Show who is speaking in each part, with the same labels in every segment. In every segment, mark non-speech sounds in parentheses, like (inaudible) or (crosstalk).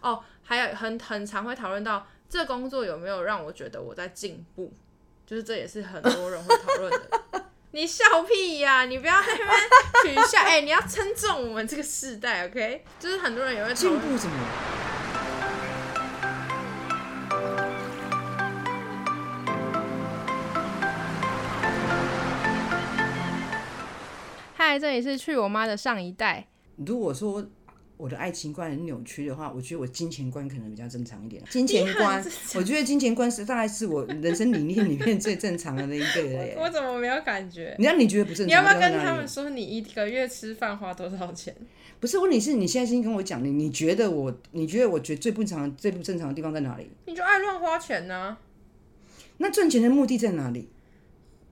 Speaker 1: 哦，还有很很常会讨论到这工作有没有让我觉得我在进步，就是这也是很多人会讨论的。 (laughs) 你笑屁呀、你不要在那边取笑，哎、你要称重我们这个世代，OK？就是很多人也会讨
Speaker 2: 进
Speaker 1: 论
Speaker 2: 步什么？
Speaker 1: 嗨，这里是去我妈的上一代。
Speaker 2: 如果说我的爱情观很扭曲的话，我觉得我金钱观可能比较正常一点。金钱观，我觉得金钱观是大概是我人生理念里面最正常的那一个了
Speaker 1: (laughs)
Speaker 2: 耶。
Speaker 1: 我怎么没有感觉？
Speaker 2: 你让你觉得不正常？
Speaker 1: 你要不要
Speaker 2: 在
Speaker 1: 跟
Speaker 2: 哪
Speaker 1: 他
Speaker 2: 里
Speaker 1: 们说你一个月吃饭花多少钱？
Speaker 2: 不是问题是你现在先跟我讲，你你觉得我，你觉得我觉得最不常、最不正常的地方在哪里？
Speaker 1: 你就爱乱花钱呢、
Speaker 2: 那赚钱的目的在哪里？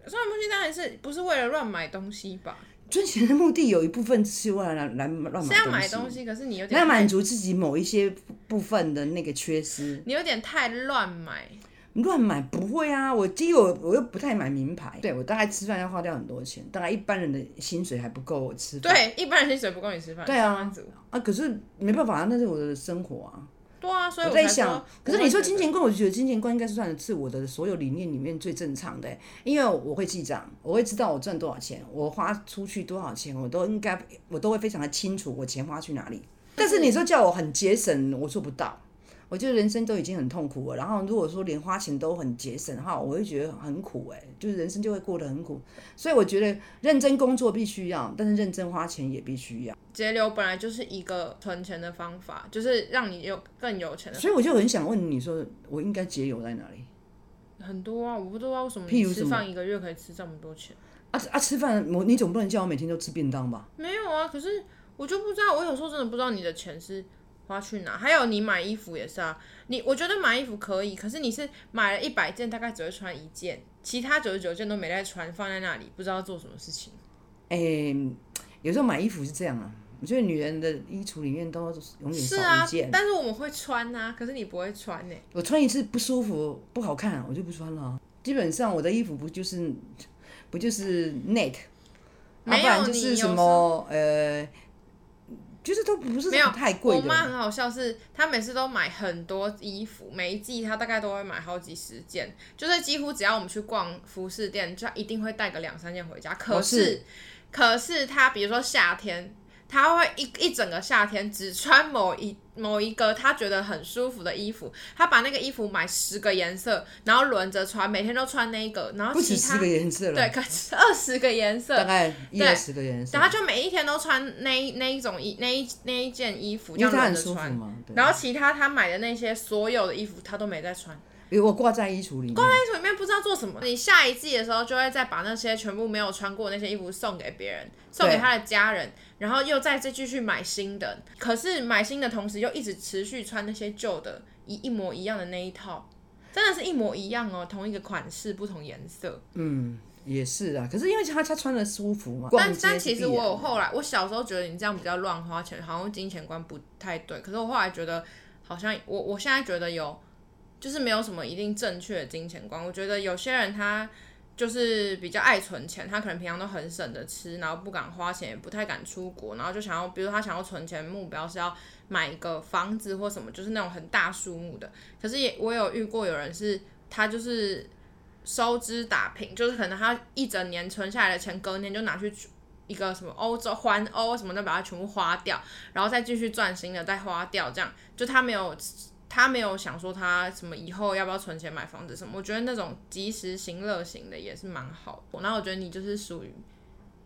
Speaker 1: 虽然目的当然是不是为了乱买东西吧，
Speaker 2: 赚钱的目的有一部分是为了来来乱
Speaker 1: 是
Speaker 2: 买
Speaker 1: 要买东
Speaker 2: 西，
Speaker 1: 西，可是你有点
Speaker 2: 来
Speaker 1: 太
Speaker 2: 满足自己某一些部部分的那个缺失。
Speaker 1: 你有点太乱买，
Speaker 2: 乱买不会啊，我第一我我又不太买名牌，对我大概吃饭要花掉很多钱，大概一般人的薪水还不够我吃饭。
Speaker 1: 对，一般人薪水不够你吃饭，
Speaker 2: 对啊
Speaker 1: 上班族，
Speaker 2: 啊，可是没办法啊，那是我的生活啊。
Speaker 1: 对啊，所以
Speaker 2: 我
Speaker 1: 才
Speaker 2: 在想
Speaker 1: 说，
Speaker 2: 可是你说
Speaker 1: 我会觉
Speaker 2: 金
Speaker 1: 得
Speaker 2: 钱观，我觉得金钱观应该算是我的所有理念里面最正常的欸，因为我会记账，我会知道我赚多少钱，我花出去多少钱，我都应该，我都会非常的清楚我钱花去哪里。但是你说叫我很节省，我做不到。我觉得人生都已经很痛苦了，然后如果说连花钱都很节省的话，我会觉得很苦哎、就是人生就会过得很苦。所以我觉得认真工作必须要，但是认真花钱也必须要。
Speaker 1: 节流本来就是一个存钱的方法，就是让你有更有钱的
Speaker 2: 所以我就很想问你说，我应该节流在哪里？
Speaker 1: 很多啊，我不知道为什么
Speaker 2: 譬
Speaker 1: 你
Speaker 2: 如什
Speaker 1: 吃
Speaker 2: 么
Speaker 1: 饭一个月可以吃这么多钱，
Speaker 2: 啊吃啊！吃饭，我你总不能叫我每天都吃便当吧？
Speaker 1: 没有啊，可是我就不知道，我有时候真的不知道你的钱是。花去哪？还有你买衣服也是啊，你我觉得买衣服可以，可是你是买了一百件，大概只会穿一件，其他九十九件都没在穿，放在那里不知道做什么事情。
Speaker 2: 哎、有时候买衣服是这样啊，我觉得女人的衣橱里面都永远
Speaker 1: 是
Speaker 2: 少
Speaker 1: 啊
Speaker 2: 一件。，
Speaker 1: 但是我们会穿啊，可是你不会穿呢、
Speaker 2: 我穿一次不舒服、不好看，我就不穿了啊、基本上我的衣服不就是不就是 net，要、啊、
Speaker 1: 没
Speaker 2: 不
Speaker 1: 有
Speaker 2: 然就
Speaker 1: 你有时
Speaker 2: 是什
Speaker 1: 候
Speaker 2: 么呃，就是都不是
Speaker 1: 没有
Speaker 2: 太
Speaker 1: 我
Speaker 2: 贵
Speaker 1: 妈
Speaker 2: 的。
Speaker 1: 很好笑是，她每次都买很多衣服，每一季她大概都会买好几十件，就是几乎只要我们去逛服饰店，就她一定会带个两三件回家。可
Speaker 2: 哦
Speaker 1: 是，
Speaker 2: 是
Speaker 1: 可是她比如说夏天，她会一一整个夏天只穿某一某一个她觉得很舒服的衣服，她把那个衣服买十个颜色，然后轮着穿，每天都穿那一个，然后
Speaker 2: 不
Speaker 1: 其
Speaker 2: 止
Speaker 1: 他
Speaker 2: 十个颜色
Speaker 1: 对，
Speaker 2: 了，
Speaker 1: 可是二十个颜色，
Speaker 2: 大概一
Speaker 1: 对
Speaker 2: 二十个颜色
Speaker 1: 然，后他就每一天都穿那一那一种衣那一那一件衣服，这
Speaker 2: 因
Speaker 1: 样
Speaker 2: 为它
Speaker 1: 轮
Speaker 2: 很
Speaker 1: 着
Speaker 2: 舒服
Speaker 1: 穿。
Speaker 2: 嘛。对
Speaker 1: 然后其他他买的那些所有的衣服，他都没在穿。
Speaker 2: 因为我挂在衣橱里面，
Speaker 1: 那衣服里面不知道做什么，你下一季的时候就会再把那些全部没有穿过的那些衣服送给别人，送给他的家人，然后又再再继续买新的。可是买新的同时又一直持续穿那些旧的，一一模一样的那一套，真的是一模一样哦，同一个款式，不同颜色。
Speaker 2: 嗯，也是啊。可是因为他他穿的舒服嘛，
Speaker 1: 但
Speaker 2: 逛街
Speaker 1: 但
Speaker 2: 是
Speaker 1: 其实
Speaker 2: 必
Speaker 1: 我
Speaker 2: 然
Speaker 1: 有
Speaker 2: 的
Speaker 1: 后来，我小时候觉得你这样比较乱花钱，好像金钱观不太对。可是我后来觉得，好像我我现在觉得有，就是没有什么一定正确的金钱观。我觉得有些人他就是比较爱存钱，他可能平常都很省着吃，然后不敢花钱，也不太敢出国，然后就想要，比如他想要存钱，目标是要买一个房子或什么，就是那种很大数目的。可是也我有遇过有人是，他就是。收支打平，就是可能他一整年存下来的钱，隔年就拿去一个什么欧洲环欧什么的，把它全部花掉，然后再继续赚新的，再花掉，这样就他没有他没有想说他什么以后要不要存钱买房子什么。我觉得那种及时行乐型的也是蛮好的。然后我觉得你就是属于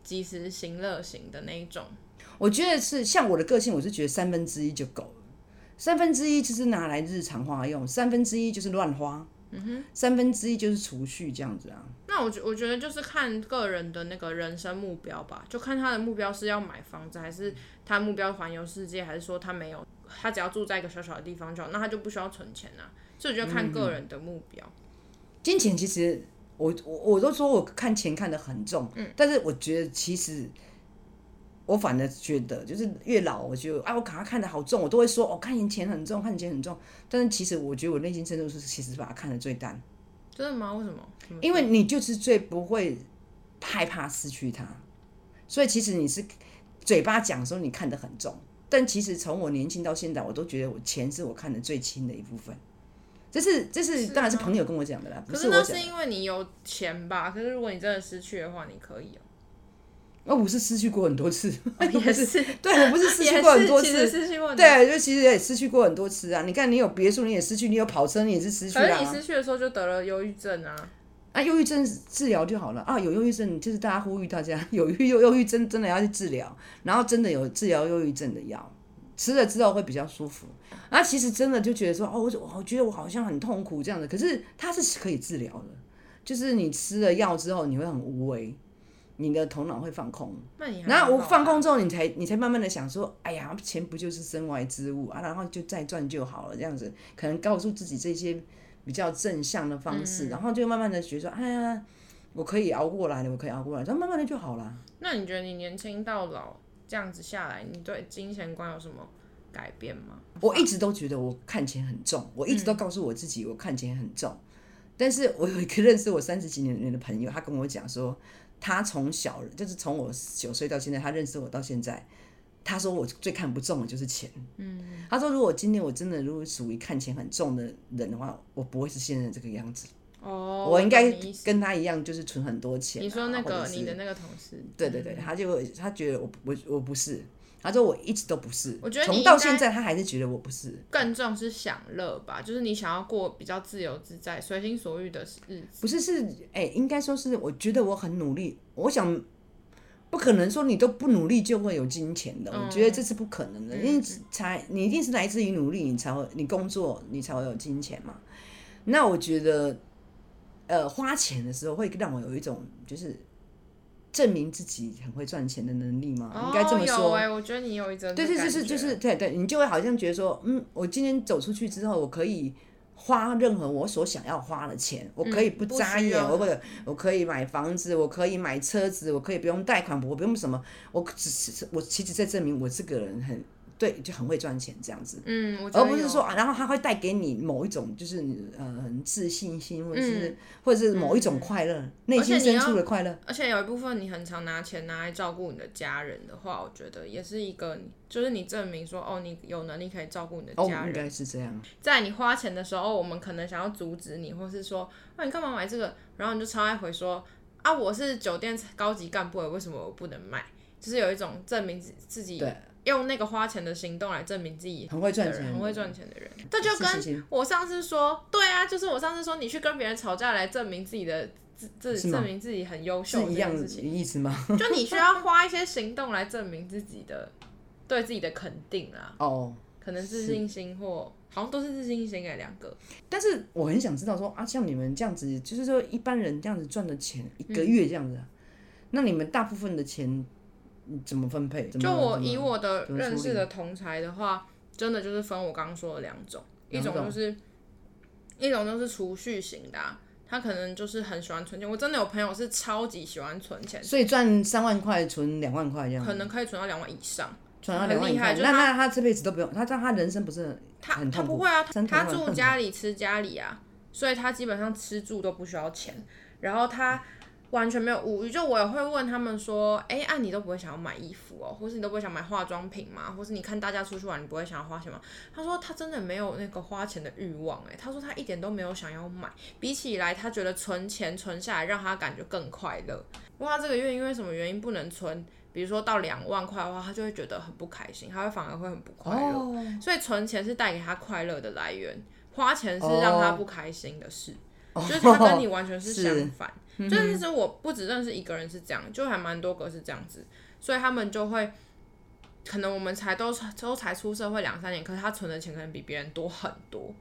Speaker 1: 及时行乐型的那一种，
Speaker 2: 我觉得是像我的个性，我是觉得三分之一就够了，三分之一就是拿来日常花用，三分之一就是乱花，嗯哼，三分之一就是储蓄这样子啊。
Speaker 1: 那我觉我觉得就是看个人的那个人生目标吧，就看他的目标是要买房子，还是他目标环游世界，还是说他没有，他只要住在一个小小的地方就好，那他就不需要存钱啊。所以我觉得看个人的目标。
Speaker 2: 金钱其实我我我都说我看钱看得很重，嗯，但是我觉得其实。我反而觉得，就是越老，我就啊，我把它看得好重，我都会说，哦，看钱很重，看钱很重。但是其实我觉得我内心深处是，其实把它看得最淡，
Speaker 1: 真的吗？为什么？什么
Speaker 2: 因为你就是最不会害怕失去它，所以其实你是嘴巴讲说你看得很重，但其实从我年轻到现在，我都觉得我钱是我看的最轻的一部分。这是这是
Speaker 1: 是
Speaker 2: 当然是
Speaker 1: 吗
Speaker 2: 朋友跟我讲的啦，不
Speaker 1: 可是
Speaker 2: 我
Speaker 1: 那
Speaker 2: 讲
Speaker 1: 是
Speaker 2: 的。
Speaker 1: 因为你有钱吧？可是如果你真的失去的话，你可
Speaker 2: (laughs)
Speaker 1: 以、啊
Speaker 2: 那哦我是失去过很多次，
Speaker 1: (laughs) 哦也是，
Speaker 2: (laughs) 对我不是失
Speaker 1: 也
Speaker 2: 去
Speaker 1: 是
Speaker 2: 过很多
Speaker 1: 其实
Speaker 2: 次，
Speaker 1: 失去过很多次。
Speaker 2: 对，就啊其实也失去过很多次啊。你看，你有别墅，你也失去；你有跑车，你也是失去
Speaker 1: 可
Speaker 2: 啦、
Speaker 1: 是你
Speaker 2: 啊。
Speaker 1: 失去的时候就得了忧郁症啊，
Speaker 2: 忧郁症治疗就好了啊，有忧郁症就是大家呼吁大家，有忧忧忧郁症真的要去治疗，然后真的有治疗忧郁症的药，吃了之后会比较舒服。啊，其实真的就觉得说，哦，我我觉得我好像很痛苦这样的，可是它是可以治疗的，就是你吃了药之后，你会很无为，你的头脑会放空。
Speaker 1: 那你还
Speaker 2: 然后我
Speaker 1: 好吧啊
Speaker 2: 放空之后，你才你才慢慢的想说，哎呀，钱不就是身外之物啊，然后就再赚就好了，这样子，可能告诉自己这些比较正向的方式，然后就慢慢的觉得说，哎呀，我可以熬过来的，我可以熬过来，然后慢慢的就好了。
Speaker 1: 那你觉得你年轻到老这样子下来，你对金钱观有什么改变吗？
Speaker 2: 我一直都觉得我看钱很重，我一直都
Speaker 1: 嗯
Speaker 2: 告诉我自己我看钱很重。但是我有一个 (laughs) 认识我三十几年的朋友，他跟我讲说，他从小就是从我九岁到现在，他认识我到现在，他说我最看不重的就是钱。嗯，他说如果今天我真的如果属于看钱很重的人的话，我不会是现在这个样子，
Speaker 1: 哦，
Speaker 2: 我应该
Speaker 1: 懂你意思
Speaker 2: 跟他一样，就是存很多钱啊、
Speaker 1: 你说那
Speaker 2: 或
Speaker 1: 个
Speaker 2: 者是
Speaker 1: 你的嗯那个同事，
Speaker 2: 对对对，他就他觉得我我我不是，他说我一直都不是，
Speaker 1: 我觉得你
Speaker 2: 从
Speaker 1: 应
Speaker 2: 到
Speaker 1: 该
Speaker 2: 现在他还是觉得我不是。
Speaker 1: 更重是享乐吧，就是你想要过比较自由自在、随心所欲的日子。
Speaker 2: 不是是哎、应该说是我觉得我很努力，我想不可能说你都不努力就会有金钱的，
Speaker 1: 嗯
Speaker 2: 我觉得这是不可能的，因为才你一定是来自于努力，你才会你工作你才会有金钱嘛。那我觉得，呃，花钱的时候会让我有一种就是证明自己很会赚钱的能力嘛，应该这么
Speaker 1: 哦，有
Speaker 2: 说。
Speaker 1: 哎、我觉得你有一阵子
Speaker 2: 对对，就是
Speaker 1: 感觉啊
Speaker 2: 就是对对，你就会好像觉得说，嗯，我今天走出去之后，我可以花任何我所想要花的钱，我可以不
Speaker 1: 嗯不
Speaker 2: 眨
Speaker 1: 需
Speaker 2: 眼，
Speaker 1: 要
Speaker 2: 我可我可以买房子，我可以买车子，我可以不用贷款，我不用什么，我只是我其实在证明我这个人很对，就很会赚钱这样子。
Speaker 1: 嗯，我觉
Speaker 2: 而
Speaker 1: 得
Speaker 2: 不是
Speaker 1: 有
Speaker 2: 说，啊然后他会带给你某一种就是呃很自信心，或者是、或者是某一种快乐，内
Speaker 1: 嗯而
Speaker 2: 心
Speaker 1: 且你
Speaker 2: 深
Speaker 1: 要
Speaker 2: 处的快乐。
Speaker 1: 而且有一部分你很常拿钱拿来照顾你的家人的话，我觉得也是一个，就是你证明说哦，你有能力可以照顾你的
Speaker 2: 哦，
Speaker 1: 家
Speaker 2: 应
Speaker 1: 人。
Speaker 2: 该是这样。
Speaker 1: 在你花钱的时候，我们可能想要阻止你，或是说啊你干嘛买这个，然后你就超爱回说啊我是酒店高级干部，为什么我不能买？就是有一种证明自自己
Speaker 2: 对，
Speaker 1: 用那个花钱的行动来证明自己
Speaker 2: 很会赚
Speaker 1: 的人
Speaker 2: 钱
Speaker 1: 很会赚钱的人，这就是跟
Speaker 2: 是是
Speaker 1: 我上次说，对啊，就是我上次说，你去跟别人吵架来证明自己的自
Speaker 2: 是
Speaker 1: 自
Speaker 2: 吗
Speaker 1: 证明自己很优秀
Speaker 2: 是
Speaker 1: 这
Speaker 2: 一样
Speaker 1: 件
Speaker 2: 的
Speaker 1: 事情，
Speaker 2: 意思吗？
Speaker 1: 就你需要花一些行动来证明自己的对自己的肯定啦，
Speaker 2: 哦。
Speaker 1: 可能自信心或好像都是自信心哎，两个
Speaker 2: 但是我很想知道说啊，像你们这样子，就是说一般人这样子赚的钱，一个月这样子啊、那你们大部分的钱嗯怎么分配？怎么
Speaker 1: 就我
Speaker 2: 怎么
Speaker 1: 以我的
Speaker 2: 怎么处理
Speaker 1: 认识的同才的话，真的就是分我刚刚说的两种，一
Speaker 2: 两种
Speaker 1: 种就是一种就是储蓄型的、啊。他可能就是很喜欢存钱，我真的有朋友是超级喜欢存钱，
Speaker 2: 所以赚三万块存两万块这样，
Speaker 1: 可能可以存到两万以上。
Speaker 2: 存到
Speaker 1: 很
Speaker 2: 两万
Speaker 1: 厉害
Speaker 2: 块，
Speaker 1: 就
Speaker 2: 那
Speaker 1: 他
Speaker 2: 那他这辈子都不用，他他他人生不是
Speaker 1: 他
Speaker 2: 很
Speaker 1: 他
Speaker 2: 痛苦
Speaker 1: 不会啊，他
Speaker 2: 三
Speaker 1: 他
Speaker 2: 头
Speaker 1: 住
Speaker 2: 万
Speaker 1: 家里吃家里啊，所以他基本上吃住都不需要钱，然后他完全没有物欲。就我也会问他们说，哎、啊你都不会想要买衣服哦，或是你都不会想买化妆品吗？或是你看大家出去玩，你不会想要花钱吗？他说他真的没有那个花钱的欲望、哎，他说他一点都没有想要买，比起来他觉得存钱存下来让他感觉更快乐。如果他这个月因为什么原因不能存，比如说到两万块的话，他就会觉得很不开心，他会反而会很不快乐。
Speaker 2: 哦，
Speaker 1: 所以存钱是带给他快乐的来源，花钱是让他
Speaker 2: 哦
Speaker 1: 不开心的事，就是他跟你完全是
Speaker 2: 是
Speaker 1: 相反。就是其实我不只认识一个人是这样，就还蛮多个是这样子，所以他们就会。可能我们才都都才出社会两三年，可是他存的钱可能比别人多很多。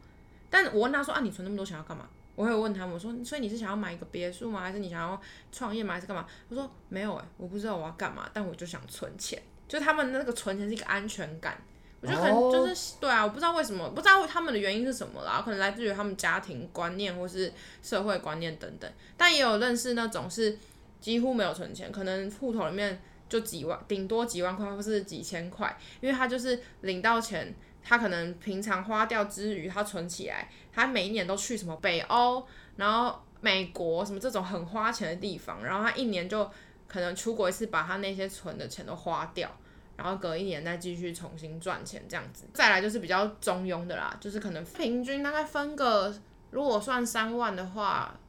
Speaker 1: 但我问他说啊，你存那么多钱要干嘛？我会问他们我说，所以你是想要买一个别墅吗？还是你想要创业吗？还是干嘛？我说没有哎、我不知道我要干嘛，但我就想存钱。就他们那个存钱是一个安全感，我觉得可能就是、对啊，我不知道为什么，不知道他们的原因是什么啦，可能来自于他们家庭观念或是社会观念等等。但也有认识那种是几乎没有存钱，可能户头里面就几万，顶多几万块或是几千块，因为他就是领到钱。他可能平常花掉之余，他存起来，他每一年都去什么北欧，然后美国什么这种很花钱的地方，然后他一年就可能出国一次，把他那些存的钱都花掉，然后隔一年再继续重新赚钱这样子。再来就是比较中庸的啦，就是可能平均大概分个，如果算三万的话，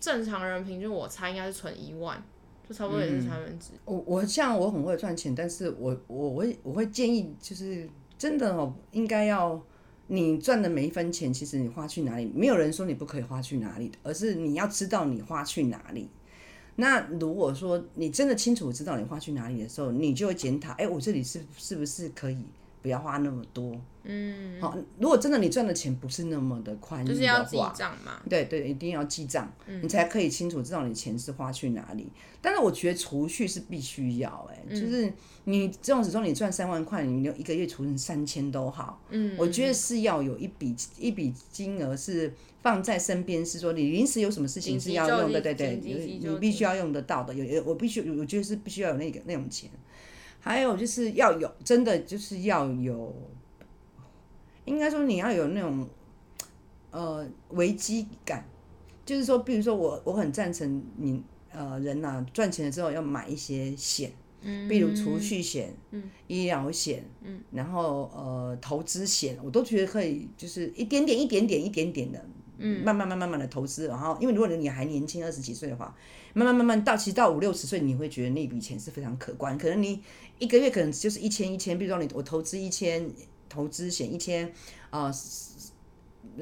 Speaker 1: 正常人平均我猜应该是存一万，就差不多也是三分之一。
Speaker 2: 我我像我很会赚钱，但是我我我会我会建议，就是真的哦，应该要你赚的每一分钱，其实你花去哪里，没有人说你不可以花去哪里的，而是你要知道你花去哪里。那如果说你真的清楚知道你花去哪里的时候，你就会检讨，哎、我这里是是不是可以不要花那么多？嗯，好，如果真的你赚的钱不是那么的宽裕
Speaker 1: 就是
Speaker 2: 的
Speaker 1: 要记
Speaker 2: 话，
Speaker 1: 账嗯嘛，
Speaker 2: 对对，一定要记账，你才可以清楚知道你钱是花去哪里。但是我觉得储蓄是必须要、欸，哎、
Speaker 1: 嗯
Speaker 2: 就是你这种时候你赚三万块，你就一个月储存三千都好，嗯，我觉得是要有一
Speaker 1: 嗯
Speaker 2: 笔一笔金额是放在身边，是说你临时有什么事情
Speaker 1: 紧急
Speaker 2: 是要
Speaker 1: 救
Speaker 2: 用的，
Speaker 1: 济
Speaker 2: 对对，
Speaker 1: 紧急急
Speaker 2: 你
Speaker 1: 救
Speaker 2: 你必
Speaker 1: 济
Speaker 2: 须要用得到的。有有，我必须，我觉得是必须要有那个那种钱。还有就是要有，真的就是要有，应该说你要有那种呃危机感，就是说，比如说我我很赞成你呃人呐、赚钱了之后要买一些险，嗯，比如储蓄险，嗯，医疗险，嗯，然后呃投资险，我都觉得可以，就是一点点一点点一点点的。嗯，慢慢慢慢慢的投资，然后因为如果你还年轻，二十几岁的话，慢慢慢慢到其实到五六十岁，你会觉得那笔钱是非常可观。可能你一个月可能就是一千一千，比如说你我投资一千，投资险一千，啊、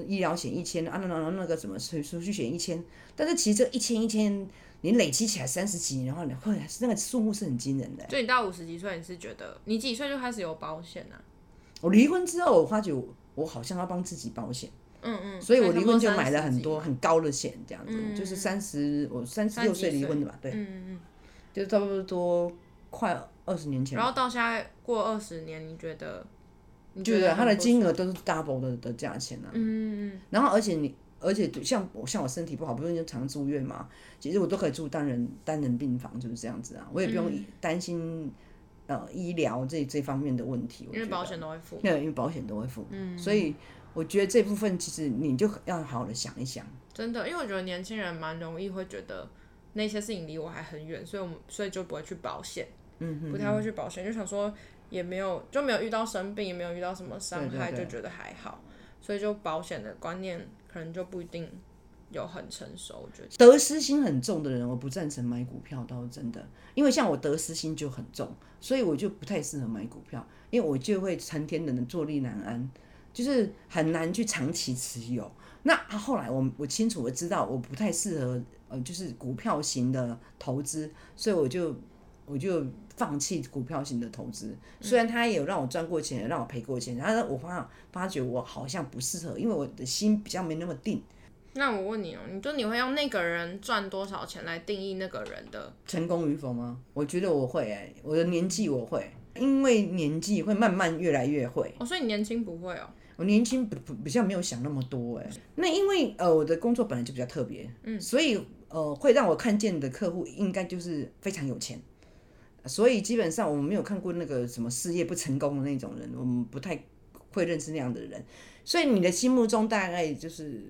Speaker 2: 医疗险一千啊，那那那个什么储储蓄险一千，但是其实这一千一千你累积起来三十几，然后你会那个数目是很惊人的。
Speaker 1: 就你到五十几岁，你是觉得你几岁就开始有保险啊？
Speaker 2: 我离婚之后，我发觉我我好像要帮自己保险，
Speaker 1: 嗯嗯，
Speaker 2: 所以我
Speaker 1: 差不
Speaker 2: 离
Speaker 1: 多
Speaker 2: 婚就
Speaker 1: 30
Speaker 2: 买了很
Speaker 1: 几嗯
Speaker 2: 多
Speaker 1: 嘛。
Speaker 2: 很高的险，这样子、就是三十我三十六岁离婚的吧，对，
Speaker 1: 嗯嗯嗯。
Speaker 2: 就差不多快二十年前
Speaker 1: 然。后到现在过二十年，你觉得？你
Speaker 2: 觉得它的
Speaker 1: 很不
Speaker 2: 金额都是 double 的的价钱啊。
Speaker 1: 嗯嗯
Speaker 2: 然后而且你，而且像我像我身体不好，不是就常住院嘛，其实我都可以住单人单人病房，就是这样子啊，我也
Speaker 1: 嗯
Speaker 2: 不用担心、呃医疗这这方面的问题，
Speaker 1: 嗯，因
Speaker 2: 我觉
Speaker 1: 为
Speaker 2: 得
Speaker 1: 保险都会付。
Speaker 2: 那因为保险都会付，嗯，所以我觉得这部分其实你就要好好的想一想，
Speaker 1: 真的，因为我觉得年轻人蛮容易会觉得那些事情离我还很远，所以我们所以就不会去保险，嗯不太会去保险，就想说也没有就没有遇到生病，也没有遇到什么伤害，
Speaker 2: 对对对
Speaker 1: 就觉得还好，所以就保险的观念可能就不一定有很成熟，我觉得。
Speaker 2: 得失心很重的人，我不赞成买股票，倒是真的，因为像我得失心就很重，所以我就不太适合买股票，因为我就会成天的坐立难安，就是很难去长期持有。那后来我我清楚的知道我不太适合呃，就是股票型的投资，所以我就我就放弃股票型的投资。虽然它也有让我赚过钱，也让我赔过钱，然后我发发觉我好像不适合，因为我的心比较没那么定，
Speaker 1: 那我问你哦、你就你会用那个人赚多少钱来定义那个人的？
Speaker 2: 成功与否吗？我觉得我会、欸，我的年纪我会，因为年纪会慢慢越来越会。
Speaker 1: 哦，所以你年轻不会哦、
Speaker 2: 我年轻不不比较没有想那么多、欸，那因为呃我的工作本来就比较特别，嗯，所以呃会让我看见的客户应该就是非常有钱。所以基本上我们没有看过那个什么事业不成功的那种人，我们不太会认识那样的人。所以你的心目中大概就是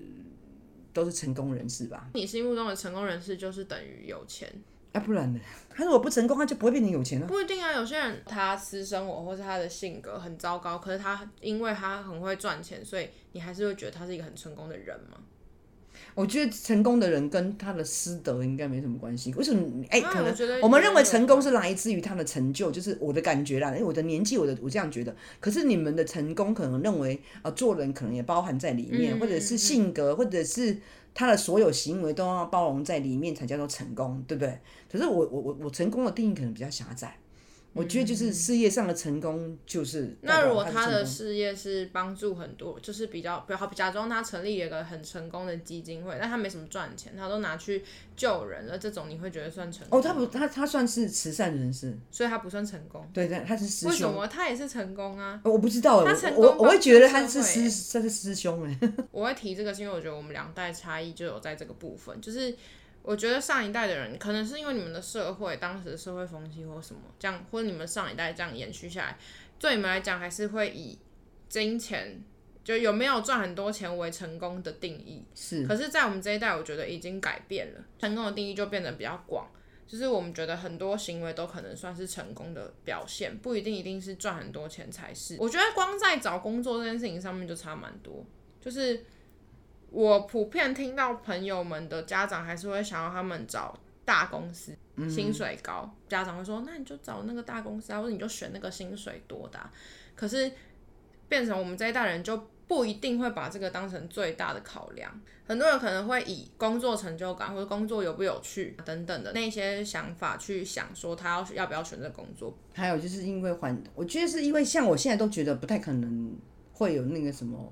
Speaker 2: 都是成功人士吧？
Speaker 1: 你心目中的成功人士就是等于有钱，
Speaker 2: 啊，不然呢？他如果不成功，他就不会变成有钱了、
Speaker 1: 不一定啊，有些人他私生活或是他的性格很糟糕，可是他因为他很会赚钱，所以你还是会觉得他是一个很成功的人嘛？
Speaker 2: 我觉得成功的人跟他的师德应该没什么关系。为什么你？哎、
Speaker 1: 啊
Speaker 2: 可
Speaker 1: 我觉得
Speaker 2: 能我们
Speaker 1: 也
Speaker 2: 认为
Speaker 1: 有
Speaker 2: 成功是来自于他的成就，就是我的感觉啦。因哎为我的年纪，我的我这样觉得。可是你们的成功，可能认为啊、呃做人可能也包含在里面，
Speaker 1: 嗯
Speaker 2: 或者是性格，或者是他的所有行为都要包容在里面才叫做成功，对不对？可是我我我我成功的定义可能比较狭窄。我觉得就是事业上的成功，就是代
Speaker 1: 嗯那
Speaker 2: 表
Speaker 1: 如果
Speaker 2: 啊是
Speaker 1: 他
Speaker 2: 成
Speaker 1: 的
Speaker 2: 功
Speaker 1: 事业是帮助很多，就是比较，比如好假装他成立了一个很成功的基金会，但他没什么赚钱，他都拿去救人了，这种你会觉得算成功？
Speaker 2: 哦，他不，，他他算是慈善人士，
Speaker 1: 所以他不算成功。
Speaker 2: 对对，他是师
Speaker 1: 为
Speaker 2: 兄
Speaker 1: 什。么他也是成功啊？
Speaker 2: 呃我不知道
Speaker 1: 他
Speaker 2: 哎，
Speaker 1: 成
Speaker 2: 我
Speaker 1: 功
Speaker 2: 我我
Speaker 1: 帮
Speaker 2: 会
Speaker 1: 助
Speaker 2: 觉得他
Speaker 1: 社
Speaker 2: 是
Speaker 1: 会欸
Speaker 2: 师，他是师兄哎。
Speaker 1: (laughs) 我会提这个是因为我觉得我们两代差异就有在这个部分，就是我觉得上一代的人可能是因为你们的社会当时的社会风气或什么这样，或者你们上一代这样延续下来，对你们来讲还是会以金钱就有没有赚很多钱为成功的定义。
Speaker 2: 是，
Speaker 1: 可是，在我们这一代，我觉得已经改变了，成功的定义就变得比较广，就是我们觉得很多行为都可能算是成功的表现，不一定一定是赚很多钱才是。我觉得光在找工作这件事情上面就差蛮多，就是我普遍听到朋友们的家长还是会想要他们找大公司，薪水高，家长会说那你就找那个大公司啊，或者你就选那个薪水多的啊、可是变成我们这一代人就不一定会把这个当成最大的考量，很多人可能会以工作成就感或者工作有不有趣等等的那些想法去想说他要要不要选这个工作。
Speaker 2: 还有就是因为环，我觉得是因为像我现在都觉得不太可能会有那个什么，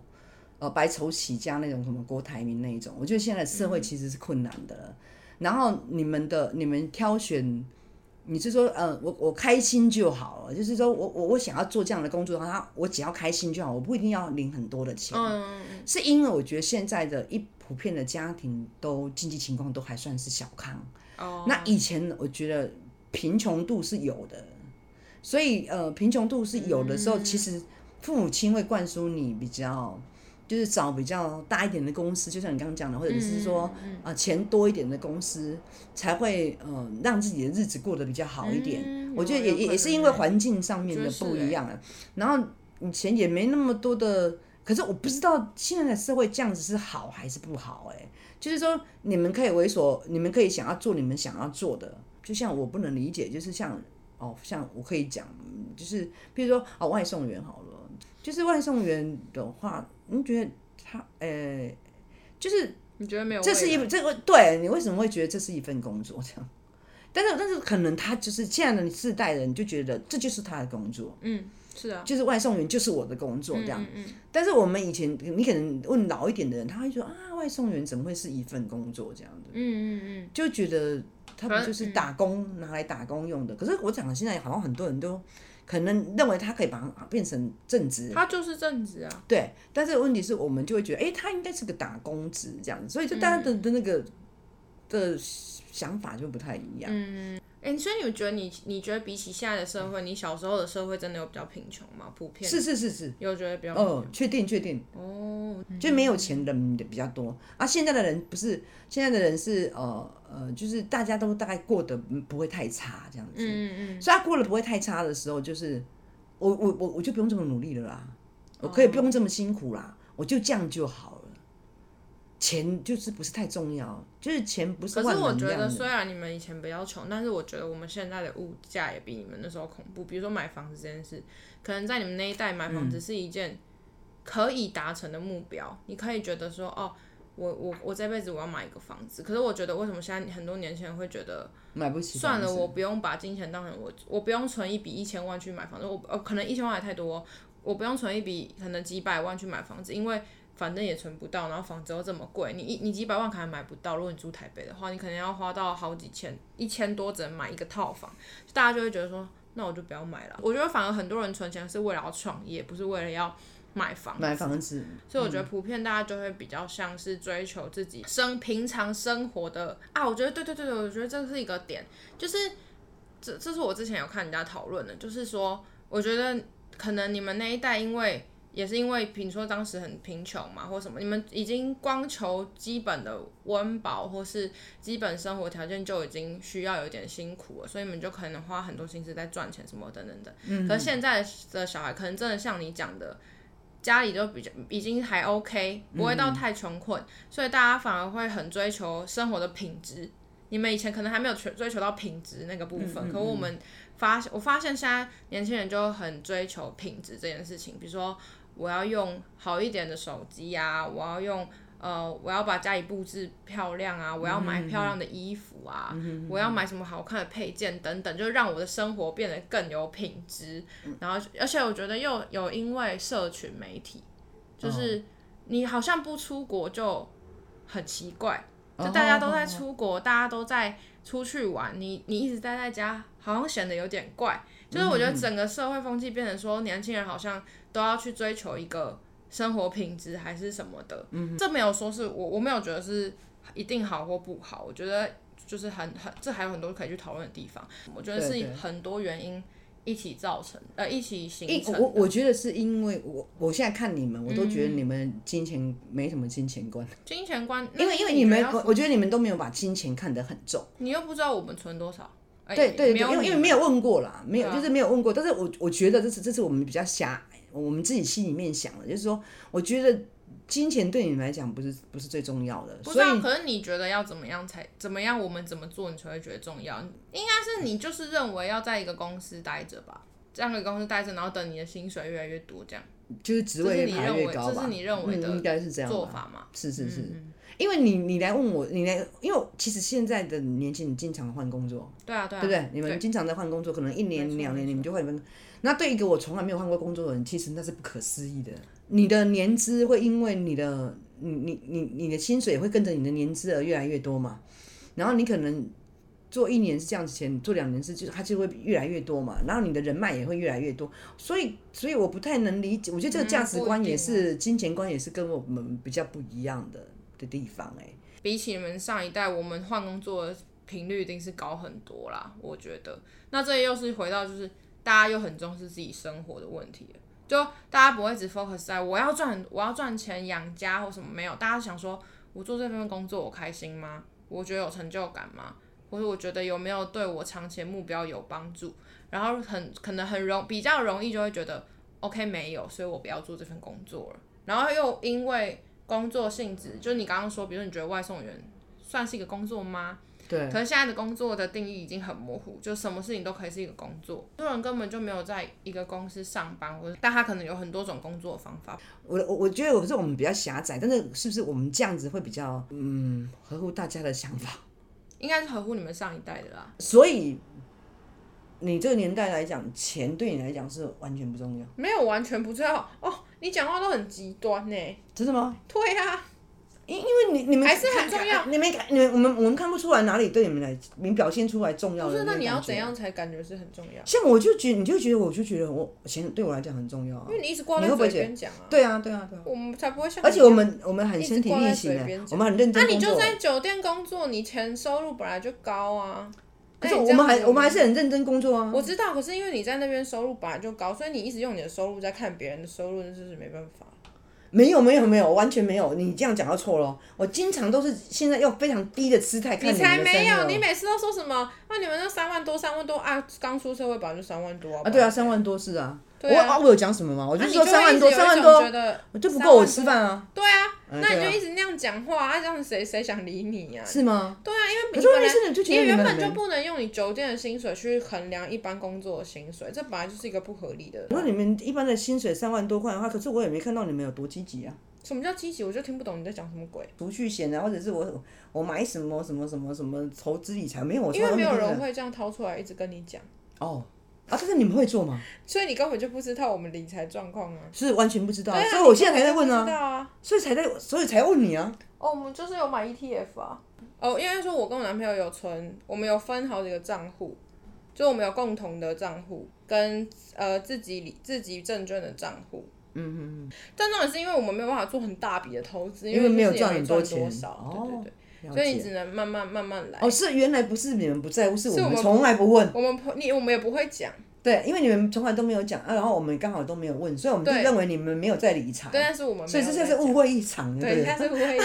Speaker 2: 呃，白手起家那种什么郭台铭那一种，我觉得现在社会其实是困难的。然后你们的你们挑选，你是说呃，我我开心就好了，就是说我我我想要做这样的工作，然后我只要开心就好，我不一定要领很多的钱。
Speaker 1: 嗯，
Speaker 2: 是因为我觉得现在的一普遍的家庭都经济情况都还算是小康。
Speaker 1: 哦，
Speaker 2: 那以前我觉得贫穷度是有的，所以呃，贫穷度是有的时候，
Speaker 1: 嗯
Speaker 2: 其实父母亲会灌输你比较。就是找比较大一点的公司，就像你刚刚讲的，或者是说
Speaker 1: 嗯
Speaker 2: 啊、呃钱多一点的公司，才会呃让自己的日子过得比较好一点。
Speaker 1: 嗯
Speaker 2: 我觉得
Speaker 1: 有
Speaker 2: 也
Speaker 1: 有可
Speaker 2: 也也是因为
Speaker 1: 能
Speaker 2: 环境上面的
Speaker 1: 就是
Speaker 2: 不
Speaker 1: 欸
Speaker 2: 一样啊。然后以前也没那么多的，可是我不知道现在的社会这样子是好还是不好哎、就是说你们可以为所，你们可以想要做你们想要做的，就像我不能理解，就是像哦，像我可以讲，嗯就是比如说啊、外送员好了，就是外送员的话，你觉得他呃、就是
Speaker 1: 你觉得没有未
Speaker 2: 这
Speaker 1: 来？
Speaker 2: 是一这个对你为什么会觉得这是一份工作这样？但是但是可能他就是现在的世代人就觉得这就是他的工作，
Speaker 1: 嗯，是啊，
Speaker 2: 就是外送员就是我的工作这样。
Speaker 1: 嗯嗯嗯
Speaker 2: 但是我们以前你可能问老一点的人，他会说啊，外送员怎么会是一份工作这样子？
Speaker 1: 嗯嗯
Speaker 2: 就觉得他
Speaker 1: 反
Speaker 2: 们
Speaker 1: 正
Speaker 2: 就是
Speaker 1: 嗯
Speaker 2: 打工拿来打工用的。可是我讲现在好像很多人都可能认为他可以把它变成正职
Speaker 1: 嗯，，他就是正直啊，
Speaker 2: 对，但是问题是我们就会觉得，哎、他应该是个打工职这样子，所以就大家的
Speaker 1: 嗯
Speaker 2: 的那个、的想法就不太一样。
Speaker 1: 嗯。哎、所以你们觉得你你觉得比起现在的社会，你小时候的社会真的有比较贫穷吗？普遍
Speaker 2: 是是是是，
Speaker 1: 有觉得比较贫
Speaker 2: 哦，确定确定，嗯
Speaker 1: 穷哦，
Speaker 2: 就没有钱的人比较多啊。现在的人不是，现在的人是呃呃，就是大家都大概过得不会太差这样
Speaker 1: 嗯
Speaker 2: 子，
Speaker 1: 嗯嗯，
Speaker 2: 所以他过得不会太差的时候，就是我我我我就不用这么努力了啦，我可以不用这么辛苦啦，我就这样就好了。钱就是不是太重要，就是钱不是
Speaker 1: 可
Speaker 2: 万
Speaker 1: 是我
Speaker 2: 能
Speaker 1: 觉
Speaker 2: 一样
Speaker 1: 得，
Speaker 2: 的。
Speaker 1: 虽然你们以前比较穷，但是我觉得我们现在的物价也比你们那时候恐怖。比如说买房子这件事，可能在你们那一代买房
Speaker 2: 嗯
Speaker 1: 子是一件可以达成的目标，你可以觉得说，哦，我我我这辈子我要买一个房子。可是我觉得，为什么现在很多年轻人会觉得，
Speaker 2: 买不起房
Speaker 1: 算
Speaker 2: 子。
Speaker 1: 了，我不用把金钱当成我，我不用存一笔一千万去买房子，我呃可能一千万也太多哦，我不用存一笔可能几百万去买房子，因为反正也存不到，然后房子又这么贵，你一你几百万可能买不到，如果你住台北的话，你可能要花到好几千，一千多只能买一个套房，大家就会觉得说，那我就不要买了。我觉得反而很多人存钱是为了要创业，不是为了要买房子
Speaker 2: 买房子，
Speaker 1: 所以我觉得普遍大家就会比较像是追求自己生平常生活的啊，我觉得对对对对，我觉得这是一个点，就是这这是我之前有看人家讨论的，就是说我觉得可能你们那一代因为。也是因为，比如说当时很贫穷嘛，或什么，你们已经光求基本的温饱或是基本生活条件就已经需要有点辛苦了，所以你们就可能花很多心思在赚钱什么等等的。嗯、可是现在的小孩可能真的像你讲的，家里都比较已经还 OK，不会到太穷困，所以大家反而会很追求生活的品质。你们以前可能还没有追追求到品质那个部分，可我们发我发现现在年轻人就很追求品质这件事情，比如说我要用好一点的手机啊，我要用呃，我要把家里布置漂亮啊，我要买漂亮的衣服啊，我要买什么好看的配件等等，就是让我的生活变得更有品质。然后，而且我觉得又有因为社群媒体，就是你好像不出国就很奇怪，就
Speaker 2: 哦
Speaker 1: 大家都在出国，大家都在出去玩，你你一直待在家，好像显得有点怪。就是我觉
Speaker 2: 嗯
Speaker 1: 得整个社会风气变成说，年轻人好像都要去追求一个生活品质还是什么的。嗯，这没有说是我我没有觉得是一定好或不好，我觉得就是很很这还有很多可以去讨论的地方。我觉得
Speaker 2: 对
Speaker 1: 是
Speaker 2: 对
Speaker 1: 很多原因一起造成，呃，一起形
Speaker 2: 因
Speaker 1: 成的。嗯
Speaker 2: 我我觉得是因为我我现在看你们，我都觉得你们金钱没什么金钱观，
Speaker 1: 金钱观，
Speaker 2: 因为
Speaker 1: 那
Speaker 2: 因为
Speaker 1: 你
Speaker 2: 你们
Speaker 1: 觉得
Speaker 2: 我
Speaker 1: 要
Speaker 2: 我觉得你们都没有把金钱看得很重。
Speaker 1: 你又不知道我们存多少，哎
Speaker 2: 对对
Speaker 1: 没
Speaker 2: 对，
Speaker 1: 有
Speaker 2: 因为
Speaker 1: 你
Speaker 2: 因为没有问过啦，没有、
Speaker 1: 对啊
Speaker 2: 就是没有问过。但是我我觉得这是这是我们比较狭，我们自己心里面想的，就是说，我觉得金钱对你们来讲不是不是最重要的，
Speaker 1: 不是
Speaker 2: 所以
Speaker 1: 啊，可是你觉得要怎么样才怎么样？我们怎么做你才会觉得重要？应该是你就是认为要在一个公司待着吧，这样的公司待着，然后等你的薪水越来越多，这样
Speaker 2: 就是职
Speaker 1: 这是
Speaker 2: 位
Speaker 1: 你
Speaker 2: 越排
Speaker 1: 认
Speaker 2: 越
Speaker 1: 为
Speaker 2: 高吧。
Speaker 1: 这是你认为的
Speaker 2: 嗯、应该是这样
Speaker 1: 做嗯
Speaker 2: 吧。
Speaker 1: 法嘛？
Speaker 2: 是是是，因为你你来问我，你来，因为其实现在的年轻人经常换工作，
Speaker 1: 对啊，对啊，
Speaker 2: 对不对？你们经常在换工作，可能一
Speaker 1: 没
Speaker 2: 年
Speaker 1: 错
Speaker 2: 两
Speaker 1: 没
Speaker 2: 年
Speaker 1: 错
Speaker 2: 你们就换一份。那对一个我从来没有换过工作的人，其实那是不可思议的。
Speaker 1: 嗯
Speaker 2: 你的年资会因为你的你你你你的薪水会跟着你的年资而越来越多嘛？然后你可能做一年是这样子钱，你做两年是就是它就会越来越多嘛。然后你的人脉也会越来越多，所以所以我不太能理解，我觉得这个
Speaker 1: 嗯
Speaker 2: 价值
Speaker 1: 不一
Speaker 2: 观也
Speaker 1: 定
Speaker 2: 是、金钱观也是跟我们比较不一样的的地方哎、
Speaker 1: 比起你们上一代，我们换工作的频率一定是高很多啦。我觉得，那这又是回到就是大家又很重视自己生活的问题了，就大家不会只 focus 在我要赚很我要赚钱养家或什么没有，大家想说我做这份工作我开心吗？我觉得有成就感吗？或者我觉得有没有对我长期的目标有帮助？然后很可能很容比较容易就会觉得 OK 没有，所以我不要做这份工作了。然后又因为工作性质，就你刚刚说，比如说你觉得外送员算是一个工作吗？
Speaker 2: 对，
Speaker 1: 可是现在的工作的定义已经很模糊，就什么事情都可以是一个工作。很多人根本就没有在一个公司上班，或者但他可能有很多种工作方法。
Speaker 2: 我我我觉得我是我们比较狭窄，但是是不是我们这样子会比较嗯合乎大家的想法？ (laughs)
Speaker 1: 应该是合乎你们上一代的啦，
Speaker 2: 所以你这个年代来讲，钱对你来讲是完全不重要，
Speaker 1: 没有完全不知道哦。你讲话都很极端呢、
Speaker 2: 真的吗？
Speaker 1: 对啊，
Speaker 2: 因因为你你们
Speaker 1: 还是很重要
Speaker 2: 看，你们看你们我们我们看不出来哪里对你们来，你们表现出来重要
Speaker 1: 不
Speaker 2: 的。
Speaker 1: 是？那你要怎？样才感觉是很重要？
Speaker 2: 像我就觉得你就觉得我就觉得我钱对我来讲很重要啊
Speaker 1: 因。为你一直挂
Speaker 2: 你
Speaker 1: 在
Speaker 2: 会不
Speaker 1: 嘴
Speaker 2: 会
Speaker 1: 边讲啊，
Speaker 2: 对啊对啊对啊，
Speaker 1: 我们才不会像你一样。
Speaker 2: 而且我们我们很
Speaker 1: 一直
Speaker 2: 身体
Speaker 1: 挂在
Speaker 2: 力行
Speaker 1: 嘴
Speaker 2: 的
Speaker 1: 边，讲
Speaker 2: 我们很认
Speaker 1: 那、
Speaker 2: 真
Speaker 1: 你
Speaker 2: 工作
Speaker 1: 就
Speaker 2: 欸。
Speaker 1: 在酒店工作，你钱收入本来就高啊。
Speaker 2: 可是
Speaker 1: 那你
Speaker 2: 我
Speaker 1: 这样
Speaker 2: 们还
Speaker 1: 子
Speaker 2: 我们还是很认真工作啊。
Speaker 1: 我知道，可是因为你在那边收入本来就高，所以你一直用你的收入在看别人的收入，那就是没办法。
Speaker 2: 没有没有没有，完全没有。你这样讲就错了。我经常都是现在用非常低的姿态看
Speaker 1: 你
Speaker 2: 们的
Speaker 1: 才没
Speaker 2: 生
Speaker 1: 有，
Speaker 2: 活
Speaker 1: 你每次都说什么？那、你们那三万多，三万多啊，刚出社会本来就三万多
Speaker 2: 啊，对啊，，三万多是啊。
Speaker 1: 对啊
Speaker 2: 我啊我有讲什么吗？我
Speaker 1: 那
Speaker 2: 就
Speaker 1: 你
Speaker 2: 说
Speaker 1: 会
Speaker 2: 三万
Speaker 1: 一直
Speaker 2: 多，
Speaker 1: 有
Speaker 2: 三万
Speaker 1: 一种觉
Speaker 2: 多，
Speaker 1: 得
Speaker 2: 我就不
Speaker 1: 三
Speaker 2: 够我
Speaker 1: 万
Speaker 2: 吃
Speaker 1: 多
Speaker 2: 饭啊，
Speaker 1: 对啊，
Speaker 2: 哎
Speaker 1: 那你
Speaker 2: 对啊
Speaker 1: 就一直那样讲话，啊，这样谁谁想理你呀、啊？
Speaker 2: 是吗？
Speaker 1: 对啊，因为
Speaker 2: 可
Speaker 1: 你
Speaker 2: 是问
Speaker 1: 本
Speaker 2: 题
Speaker 1: 来
Speaker 2: 是你就觉
Speaker 1: 你
Speaker 2: 得
Speaker 1: 原
Speaker 2: 们
Speaker 1: 本
Speaker 2: 很
Speaker 1: 就不能用你酒店的薪水去衡量一般工作的薪水，这本来就是一个不合理的。
Speaker 2: 如果你们一般的薪水三万多块的话，可是我也没看到你们有多积极啊。
Speaker 1: 什么叫积极？我就听不懂你在讲什么鬼。
Speaker 2: 储蓄险啊，或者是我我买什么什么什么什么投资理财，没有，我
Speaker 1: 因为
Speaker 2: 从来
Speaker 1: 没有
Speaker 2: 听过
Speaker 1: 人
Speaker 2: 的
Speaker 1: 会这样掏出来一直跟你讲，
Speaker 2: 哦啊，但是你们会做吗？
Speaker 1: 所以你根本就不知道我们理财状况啊。
Speaker 2: 是完全不知道，
Speaker 1: 对啊，
Speaker 2: 哦所以我现在才在问
Speaker 1: 你根本就不知
Speaker 2: 啊，
Speaker 1: 道啊。
Speaker 2: 所以才在所以才问你啊。
Speaker 1: 哦，我们就是有买 ETF 啊。哦，应该说，我跟我男朋友有存，我们有分好几个账户，就我们有共同的账户跟呃自己理自己证券的账户。嗯哼，但那也是因为我们没有办法做很大笔的投资，
Speaker 2: 因
Speaker 1: 因
Speaker 2: 为没有
Speaker 1: 就是也
Speaker 2: 赚很
Speaker 1: 没
Speaker 2: 多
Speaker 1: 赚多
Speaker 2: 钱
Speaker 1: 少，
Speaker 2: 哦
Speaker 1: 对对对，
Speaker 2: 了
Speaker 1: 所以你
Speaker 2: 解
Speaker 1: 只能慢慢慢慢来。
Speaker 2: 哦，是原来不是你们不在乎，是我
Speaker 1: 我
Speaker 2: 们
Speaker 1: 们
Speaker 2: 从来不问。
Speaker 1: 我们不你我们也不会讲，
Speaker 2: 对，因为你们从来都没有讲啊，然后我们刚好都没有问，所以我们就
Speaker 1: 对
Speaker 2: 认为你们没有在理财，
Speaker 1: 对，但是我们没
Speaker 2: 所以
Speaker 1: 有
Speaker 2: 这
Speaker 1: 在
Speaker 2: 才是误会一场，对
Speaker 1: 对，
Speaker 2: 不对？
Speaker 1: 他是不会。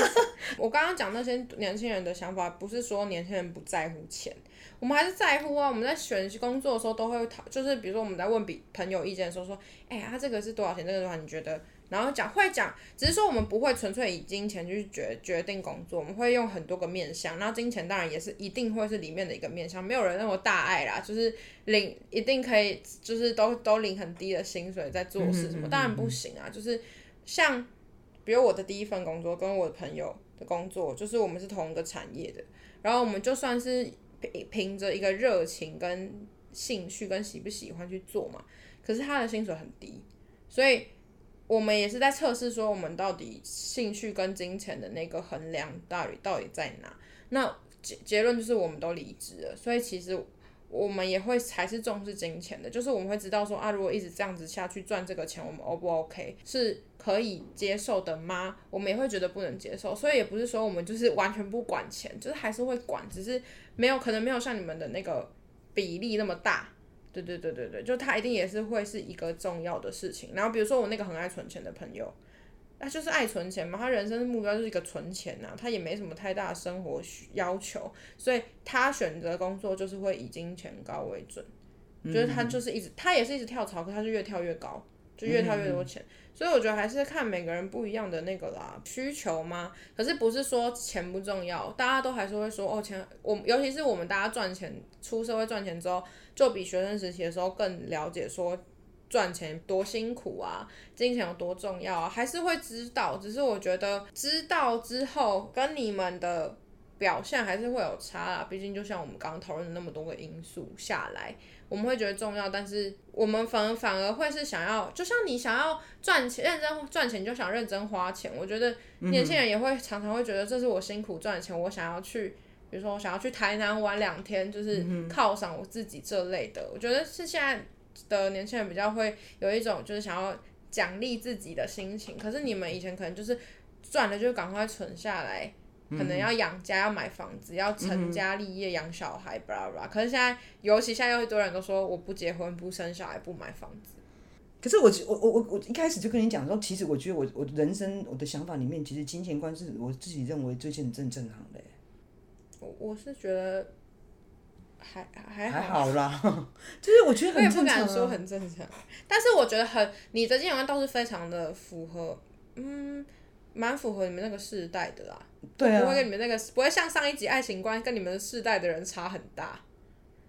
Speaker 1: 我刚刚讲那些年轻人的想法，不是说年轻人不在乎钱，我们还是在乎啊。我们在选工作的时候都会讨，就是比如说我们在问比朋友意见的时候说，哎、呀，他这个是多少钱，这个多少钱，你觉得？然后讲会讲，只是说我们不会纯粹以金钱去决决定工作，我们会用很多个面向。那金钱当然也是一定会是里面的一个面向，没有人那么大爱啦，就是领一定可以，就是都都领很低的薪水在做事什么，当然不行啊。就是像比如我的第一份工作跟我朋友的工作，就是我们是同一个产业的，然后我们就算是凭凭着一个热情跟兴趣跟喜不喜欢去做嘛，可是他的薪水很低，所以我们也是在测试说我们到底兴趣跟金钱的那个衡量到底到底在哪。那结结论就是我们都离职了，所以其实。我们也会还是重视金钱的，就是我们会知道说啊，如果一直这样子下去赚这个钱，我们 O 不 OK 是可以接受的吗？我们也会觉得不能接受，所以也不是说我们就是完全不管钱，就是还是会管，只是没有可能没有像你们的那个比例那么大，对对对对对，就他一定也是会是一个重要的事情。然后比如说我那个很爱存钱的朋友，他就是爱存钱嘛，他人生的目标就是一个存钱呐、他也没什么太大的生活需要求，所以他选择工作就是会以金钱高为准，就是他就是一直他也是一直跳槽，可他就越跳越高，就越跳越多钱。所以我觉得还是看每个人不一样的那个啦需求嘛。可是不是说钱不重要，大家都还是会说哦钱，我尤其是我们大家赚钱出社会赚钱之后，就比学生时期的时候更了解说赚钱多辛苦啊，金钱有多重要啊，还是会知道。只是我觉得知道之后跟你们的表现还是会有差啦，毕竟就像我们刚刚讨论的那么多个因素下来。我们会觉得重要，但是我们反而反而会是想要，就像你想要赚钱，认真赚钱就想认真花钱。我觉得年轻人也会常常会觉得，这是我辛苦赚的钱，我想要去，比如说我想要去台南玩两天，就是犒赏我自己这类的。我觉得是现在的年轻人比较会有一种就是想要奖励自己的心情，可是你们以前可能就是赚了就赶快存下来。可能要养家、要买房子、要成家立业、养小孩，巴拉巴拉。可是现在，尤其现在又一堆人都说我不结婚、不生小孩、不买房子。
Speaker 2: 可是我我我我我一开始就跟你讲说，其实我觉得我我人生我的想法里面，其实金钱观是我自己认为最近正正常的、
Speaker 1: 我我是觉得还还
Speaker 2: 还
Speaker 1: 好，
Speaker 2: 好啦， (laughs) 就是我觉得
Speaker 1: 我也
Speaker 2: 很
Speaker 1: 不
Speaker 2: 正常、
Speaker 1: 敢
Speaker 2: 啊。
Speaker 1: 说很正常。但是我觉得很，你的金钱观倒是非常的符合，嗯，蛮符合你们那个世代的啦。
Speaker 2: 对
Speaker 1: 不会
Speaker 2: 啊，
Speaker 1: 跟你们那个不会像上一集爱情观跟你们世代的人差很大，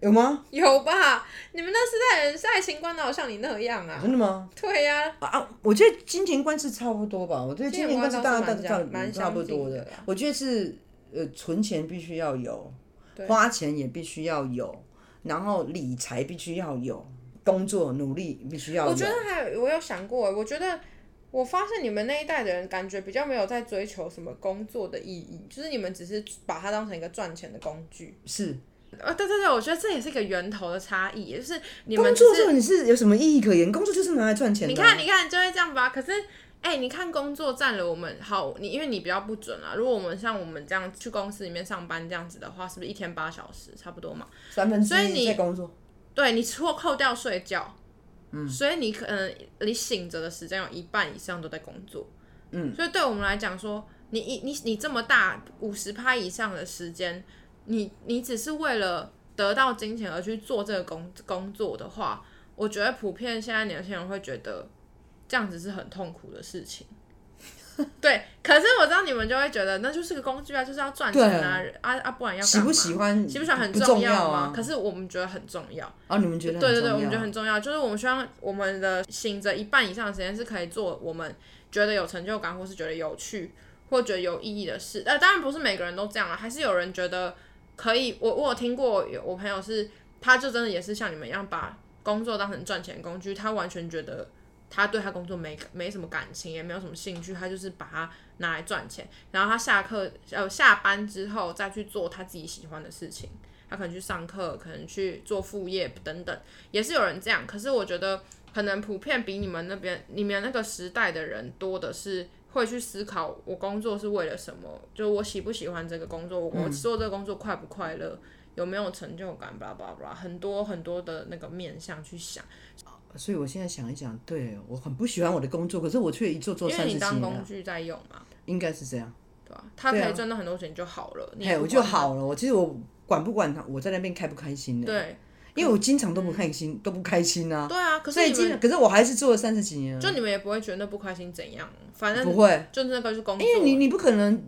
Speaker 2: 有吗？
Speaker 1: 有吧？你们那世代人是爱情观哪有像你那样啊？
Speaker 2: 真的吗？
Speaker 1: 对呀、
Speaker 2: 啊啊！我觉得金钱观是差不多吧，我觉得金钱观是大家大
Speaker 1: 金钱观
Speaker 2: 家
Speaker 1: 倒是蛮
Speaker 2: 差不多
Speaker 1: 蛮相近的啦
Speaker 2: 我觉得是呃，存钱必须要有，花钱也必须要有，然后理财必须要有，工作努力必须要有。
Speaker 1: 我觉得还有，我有想过，欸我觉得我发现你们那一代的人感觉比较没有在追求什么工作的意义，就是你们只是把它当成一个赚钱的工具。
Speaker 2: 是
Speaker 1: 啊，对对对，我觉得这也是一个源头的差异，也就是你
Speaker 2: 工
Speaker 1: 们
Speaker 2: 作
Speaker 1: 只
Speaker 2: 这
Speaker 1: 是
Speaker 2: 个你是有什么意义可言？工作就是拿来赚钱的、啊
Speaker 1: 你看，你看就会这样吧。可是，哎、你看工作占了我们好，你因为你比较不准啊。如果我们像我们这样去公司里面上班这样子的话，是不是一天八小时差不多嘛？
Speaker 2: 三分之
Speaker 1: 所以
Speaker 2: 一
Speaker 1: 你
Speaker 2: 在工作，
Speaker 1: 对你除了扣掉睡觉，嗯，所以你可能你醒着的时间有一半以上都在工作，嗯，所以对我们来讲说，你一你你这么大五十趴以上的时间，你你只是为了得到金钱而去做这个工工作的话，我觉得普遍现在年轻人会觉得这样子是很痛苦的事
Speaker 2: (laughs)
Speaker 1: 情。对，可是我知道你们就会觉得那就是个工具啊，就是要赚钱啊，啊啊，不然要干
Speaker 2: 喜不
Speaker 1: 嘛
Speaker 2: 喜欢
Speaker 1: 喜不喜欢很
Speaker 2: 不
Speaker 1: 重
Speaker 2: 重要
Speaker 1: 吗？
Speaker 2: 啊
Speaker 1: 可是我们觉得很重要。
Speaker 2: 啊，你们觉得很
Speaker 1: 对对对，
Speaker 2: 重
Speaker 1: 我们
Speaker 2: 要
Speaker 1: 觉得很重要，就是我们希望我们的醒着一半以上的时间是可以做我们觉得有成就感，或是觉得有趣，或觉得有意义的事。呃，当然不是每个人都这样了，还是有人觉得可以。我我有听过有我朋友是，他就真的也是像你们一样把工作当成赚钱工具，他完全觉得。他对他工作没没什么感情，也没有什么兴趣，他就是把它拿来赚钱。然后他下课呃下班之后再去做他自己喜欢的事情，他可能去上课，可能去做副业等等。也是有人这样，可是我觉得可能普遍比你们那边、你们那个时代的人多的是会去思考我工作是为了什么，就我喜不喜欢这个工作，我我做这个工作快不快乐，有没有成就感，巴拉巴拉巴拉，很多很多的那个面向去想。
Speaker 2: 所以我现在想一想，对我很不喜欢我的工作，可是我却一做做
Speaker 1: 因为
Speaker 2: 三十
Speaker 1: 你
Speaker 2: 几
Speaker 1: 当
Speaker 2: 年
Speaker 1: 工
Speaker 2: 了，
Speaker 1: 具在用嘛，
Speaker 2: 应该是这样。
Speaker 1: 对吧、他可
Speaker 2: 对啊
Speaker 1: 以赚到很多钱就好了，你
Speaker 2: 哎，
Speaker 1: 不
Speaker 2: 我就
Speaker 1: 管他。
Speaker 2: 好了。我其实我管不管他，我在那边开不开心呢？
Speaker 1: 对
Speaker 2: 因为我经常都不开心，都不开心啊。
Speaker 1: 对啊，可
Speaker 2: 所
Speaker 1: 是
Speaker 2: 以
Speaker 1: 你
Speaker 2: 经
Speaker 1: 们
Speaker 2: 常，可是我还是做了三十几年啊，
Speaker 1: 就你们也不会觉得那不开心怎样，反正
Speaker 2: 不会，
Speaker 1: 就是那个是工作
Speaker 2: 因为你你不可能。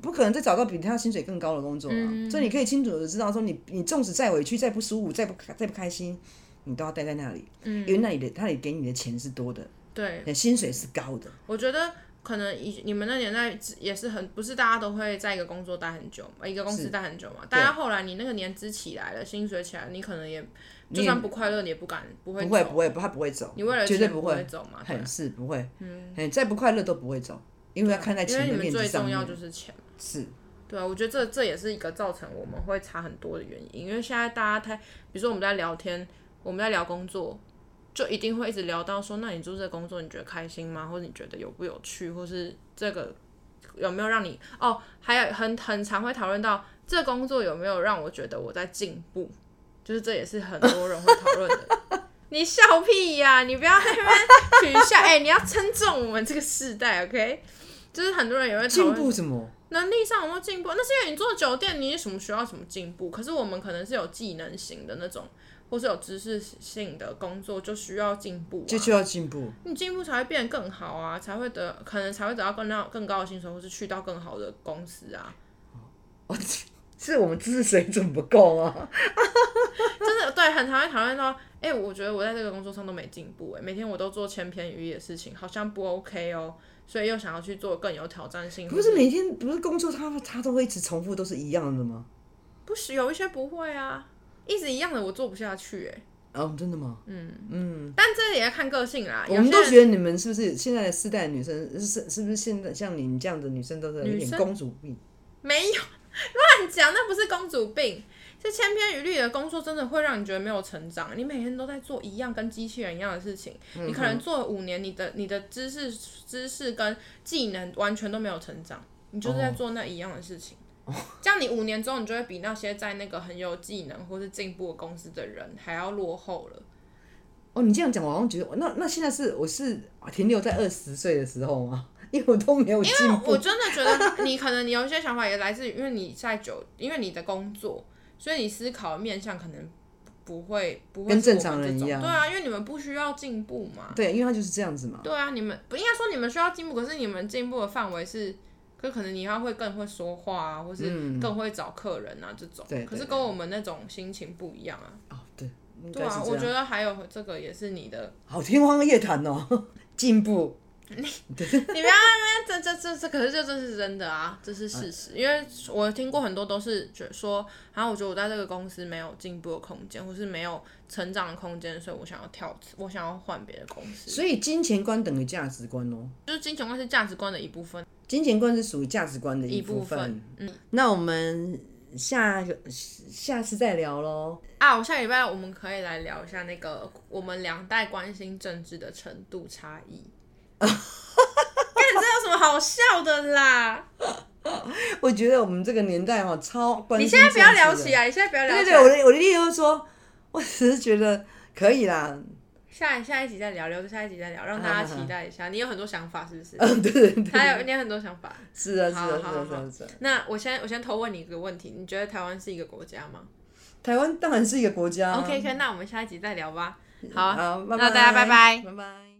Speaker 2: 不可能再找到比他薪水更高的工作了、啊
Speaker 1: 嗯
Speaker 2: 所以你可以清楚的知道说你，你纵使再委屈、再不舒服、再不再不开心，你都要待在那里，嗯、因为那里的那里给你的钱是多的，
Speaker 1: 对。
Speaker 2: 你的薪水是高的，
Speaker 1: 我觉得可能以你们那年代也是很，不是大家都会在一个工作待很久嘛，一个公司待很久嘛。大家后来你那个年资起来了，薪水起来，你可能也就算不快乐，你也不敢不会
Speaker 2: 不会
Speaker 1: 走。
Speaker 2: 不会，他不会走，
Speaker 1: 你为了
Speaker 2: 绝对
Speaker 1: 钱
Speaker 2: 不
Speaker 1: 不
Speaker 2: 会，
Speaker 1: 走嘛？对啊
Speaker 2: 很是不会，嗯，再不快乐都不会走，因为要看在
Speaker 1: 因为
Speaker 2: 钱
Speaker 1: 你
Speaker 2: 的
Speaker 1: 们
Speaker 2: 面子
Speaker 1: 最
Speaker 2: 上
Speaker 1: 重
Speaker 2: 面
Speaker 1: 要，就是钱。
Speaker 2: 是
Speaker 1: 对啊，我觉得这这也是一个造成我们会差很多的原因，因为现在大家太，比如说我们在聊天，我们在聊工作，就一定会一直聊到说，那你做这个工作你觉得开心吗？或者你觉得有不有趣，或是这个有没有让你哦，还有很很常会讨论到这工作有没有让我觉得我在进步，就是这也是很多人会讨论的。 (laughs) 你笑屁呀、你不要在那边取笑，哎、你要称重我们这个世代，OK？就是很多人也会讨
Speaker 2: 进
Speaker 1: 论
Speaker 2: 步什么？
Speaker 1: 能力上有没有进步？那是因为你做酒店，你什么学到什么进步。可是我们可能是有技能型的那种，或是有知识性的工作，就需要进步、啊
Speaker 2: 就。需要进步。
Speaker 1: 你进步才会变得更好啊，才会得可能才会得到更高更高的薪水，或是去到更好的公司啊。
Speaker 2: 是我们知识水准不够啊，
Speaker 1: 真的对，很常会讨论到，哎、我觉得我在这个工作上都没进步、哎，每天我都做千篇一律的事情，好像不 OK 哦，所以又想要去做更有挑战性。
Speaker 2: 不是每天不是工作他，他都会一直重复，都是一样的吗？
Speaker 1: 不是有一些不会啊，一直一样的我做不下去、哎。
Speaker 2: 哦，真的吗？
Speaker 1: 但这也要看个性啦。
Speaker 2: 我
Speaker 1: 啊有
Speaker 2: 们
Speaker 1: 些
Speaker 2: 都
Speaker 1: 人
Speaker 2: 觉得你们是不是现在的世代的女生是是是不是现在像你们这样的女生都是有
Speaker 1: 女
Speaker 2: 点
Speaker 1: 生
Speaker 2: 公主病？
Speaker 1: 没有乱讲，那不是公主病，是千篇一律的工作，真的会让你觉得没有成长。你每天都在做一样跟机器人一样的事情，你可能做了五年，你的你的知识知识跟技能完全都没有成长，你就是在做那一样的事情。这样你五年之后，你就会比那些在那个很有技能或是进步的公司的人还要落后了。
Speaker 2: 哦，你这样讲，我好像觉得那那现在是我是啊停留在二十岁的时候吗？ (laughs) 因为我都没有进步
Speaker 1: 我真的觉得你可能你有一些想法也来自于，因为你在酒，因为你的工作，所以你思考的面向可能不会不会
Speaker 2: 跟
Speaker 1: 是我
Speaker 2: 正常
Speaker 1: 们这
Speaker 2: 人一
Speaker 1: 种
Speaker 2: 样
Speaker 1: 对啊，因为你们不需要进步嘛。
Speaker 2: 对，因为他就是这样子嘛。
Speaker 1: 对啊，你们不应该说你们需要进步，可是你们进步的范围是，可可能你要会更会说话啊，或是更会找客人啊这种。
Speaker 2: 嗯对对
Speaker 1: 可是跟我们那种心情不一样啊。
Speaker 2: 哦，对，应
Speaker 1: 对
Speaker 2: 该是
Speaker 1: 啊，
Speaker 2: 这
Speaker 1: 我
Speaker 2: 样。
Speaker 1: 觉得还有这个也是你的，
Speaker 2: 好天方夜谭哦， (laughs) 进步。
Speaker 1: 这这这这可是这这是真的啊，这是事实，因为我听过很多都是觉得说，啊，我觉得我在这个公司没有进步的空间，或是没有成长的空间，所以我想要跳，我想要换别的公司。
Speaker 2: 所以金钱观等于价值观哦，
Speaker 1: 就是金钱观是价值观的一部分，
Speaker 2: 金钱观是属于价值观的一部
Speaker 1: 一部
Speaker 2: 分。嗯，那我们下个下次再聊喽。
Speaker 1: 啊，我下礼拜我们可以来聊一下那个我们两代关心政治的程度差异。
Speaker 2: (laughs)
Speaker 1: 看这有什么好笑的啦？
Speaker 2: 我觉得我们这个年代哈、哦，超关
Speaker 1: 你
Speaker 2: 心
Speaker 1: 现在不要
Speaker 2: 政治
Speaker 1: 聊
Speaker 2: 的
Speaker 1: 起来，你现在不要聊
Speaker 2: 对
Speaker 1: 起
Speaker 2: 对，我
Speaker 1: 来。
Speaker 2: 的我的意思就是说，我只是觉得可以啦。 (laughs)
Speaker 1: 下下一集再聊，留着下一集再聊，让大家期待一下。你有很多想法是
Speaker 2: (laughs)
Speaker 1: 不是？
Speaker 2: 嗯，对对对，
Speaker 1: 他有你有很多想法。
Speaker 2: 是啊是
Speaker 1: 好
Speaker 2: 啊是
Speaker 1: 好
Speaker 2: 啊是
Speaker 1: 好
Speaker 2: 啊是啊。
Speaker 1: 那我先我先偷问你一个问题，你觉得台湾是一个国家吗、
Speaker 2: 台湾当然是一个国家啊。
Speaker 1: o k OK，那我们下一集再聊吧。好啊，
Speaker 2: 好，拜
Speaker 1: 那大家拜拜
Speaker 2: 拜拜。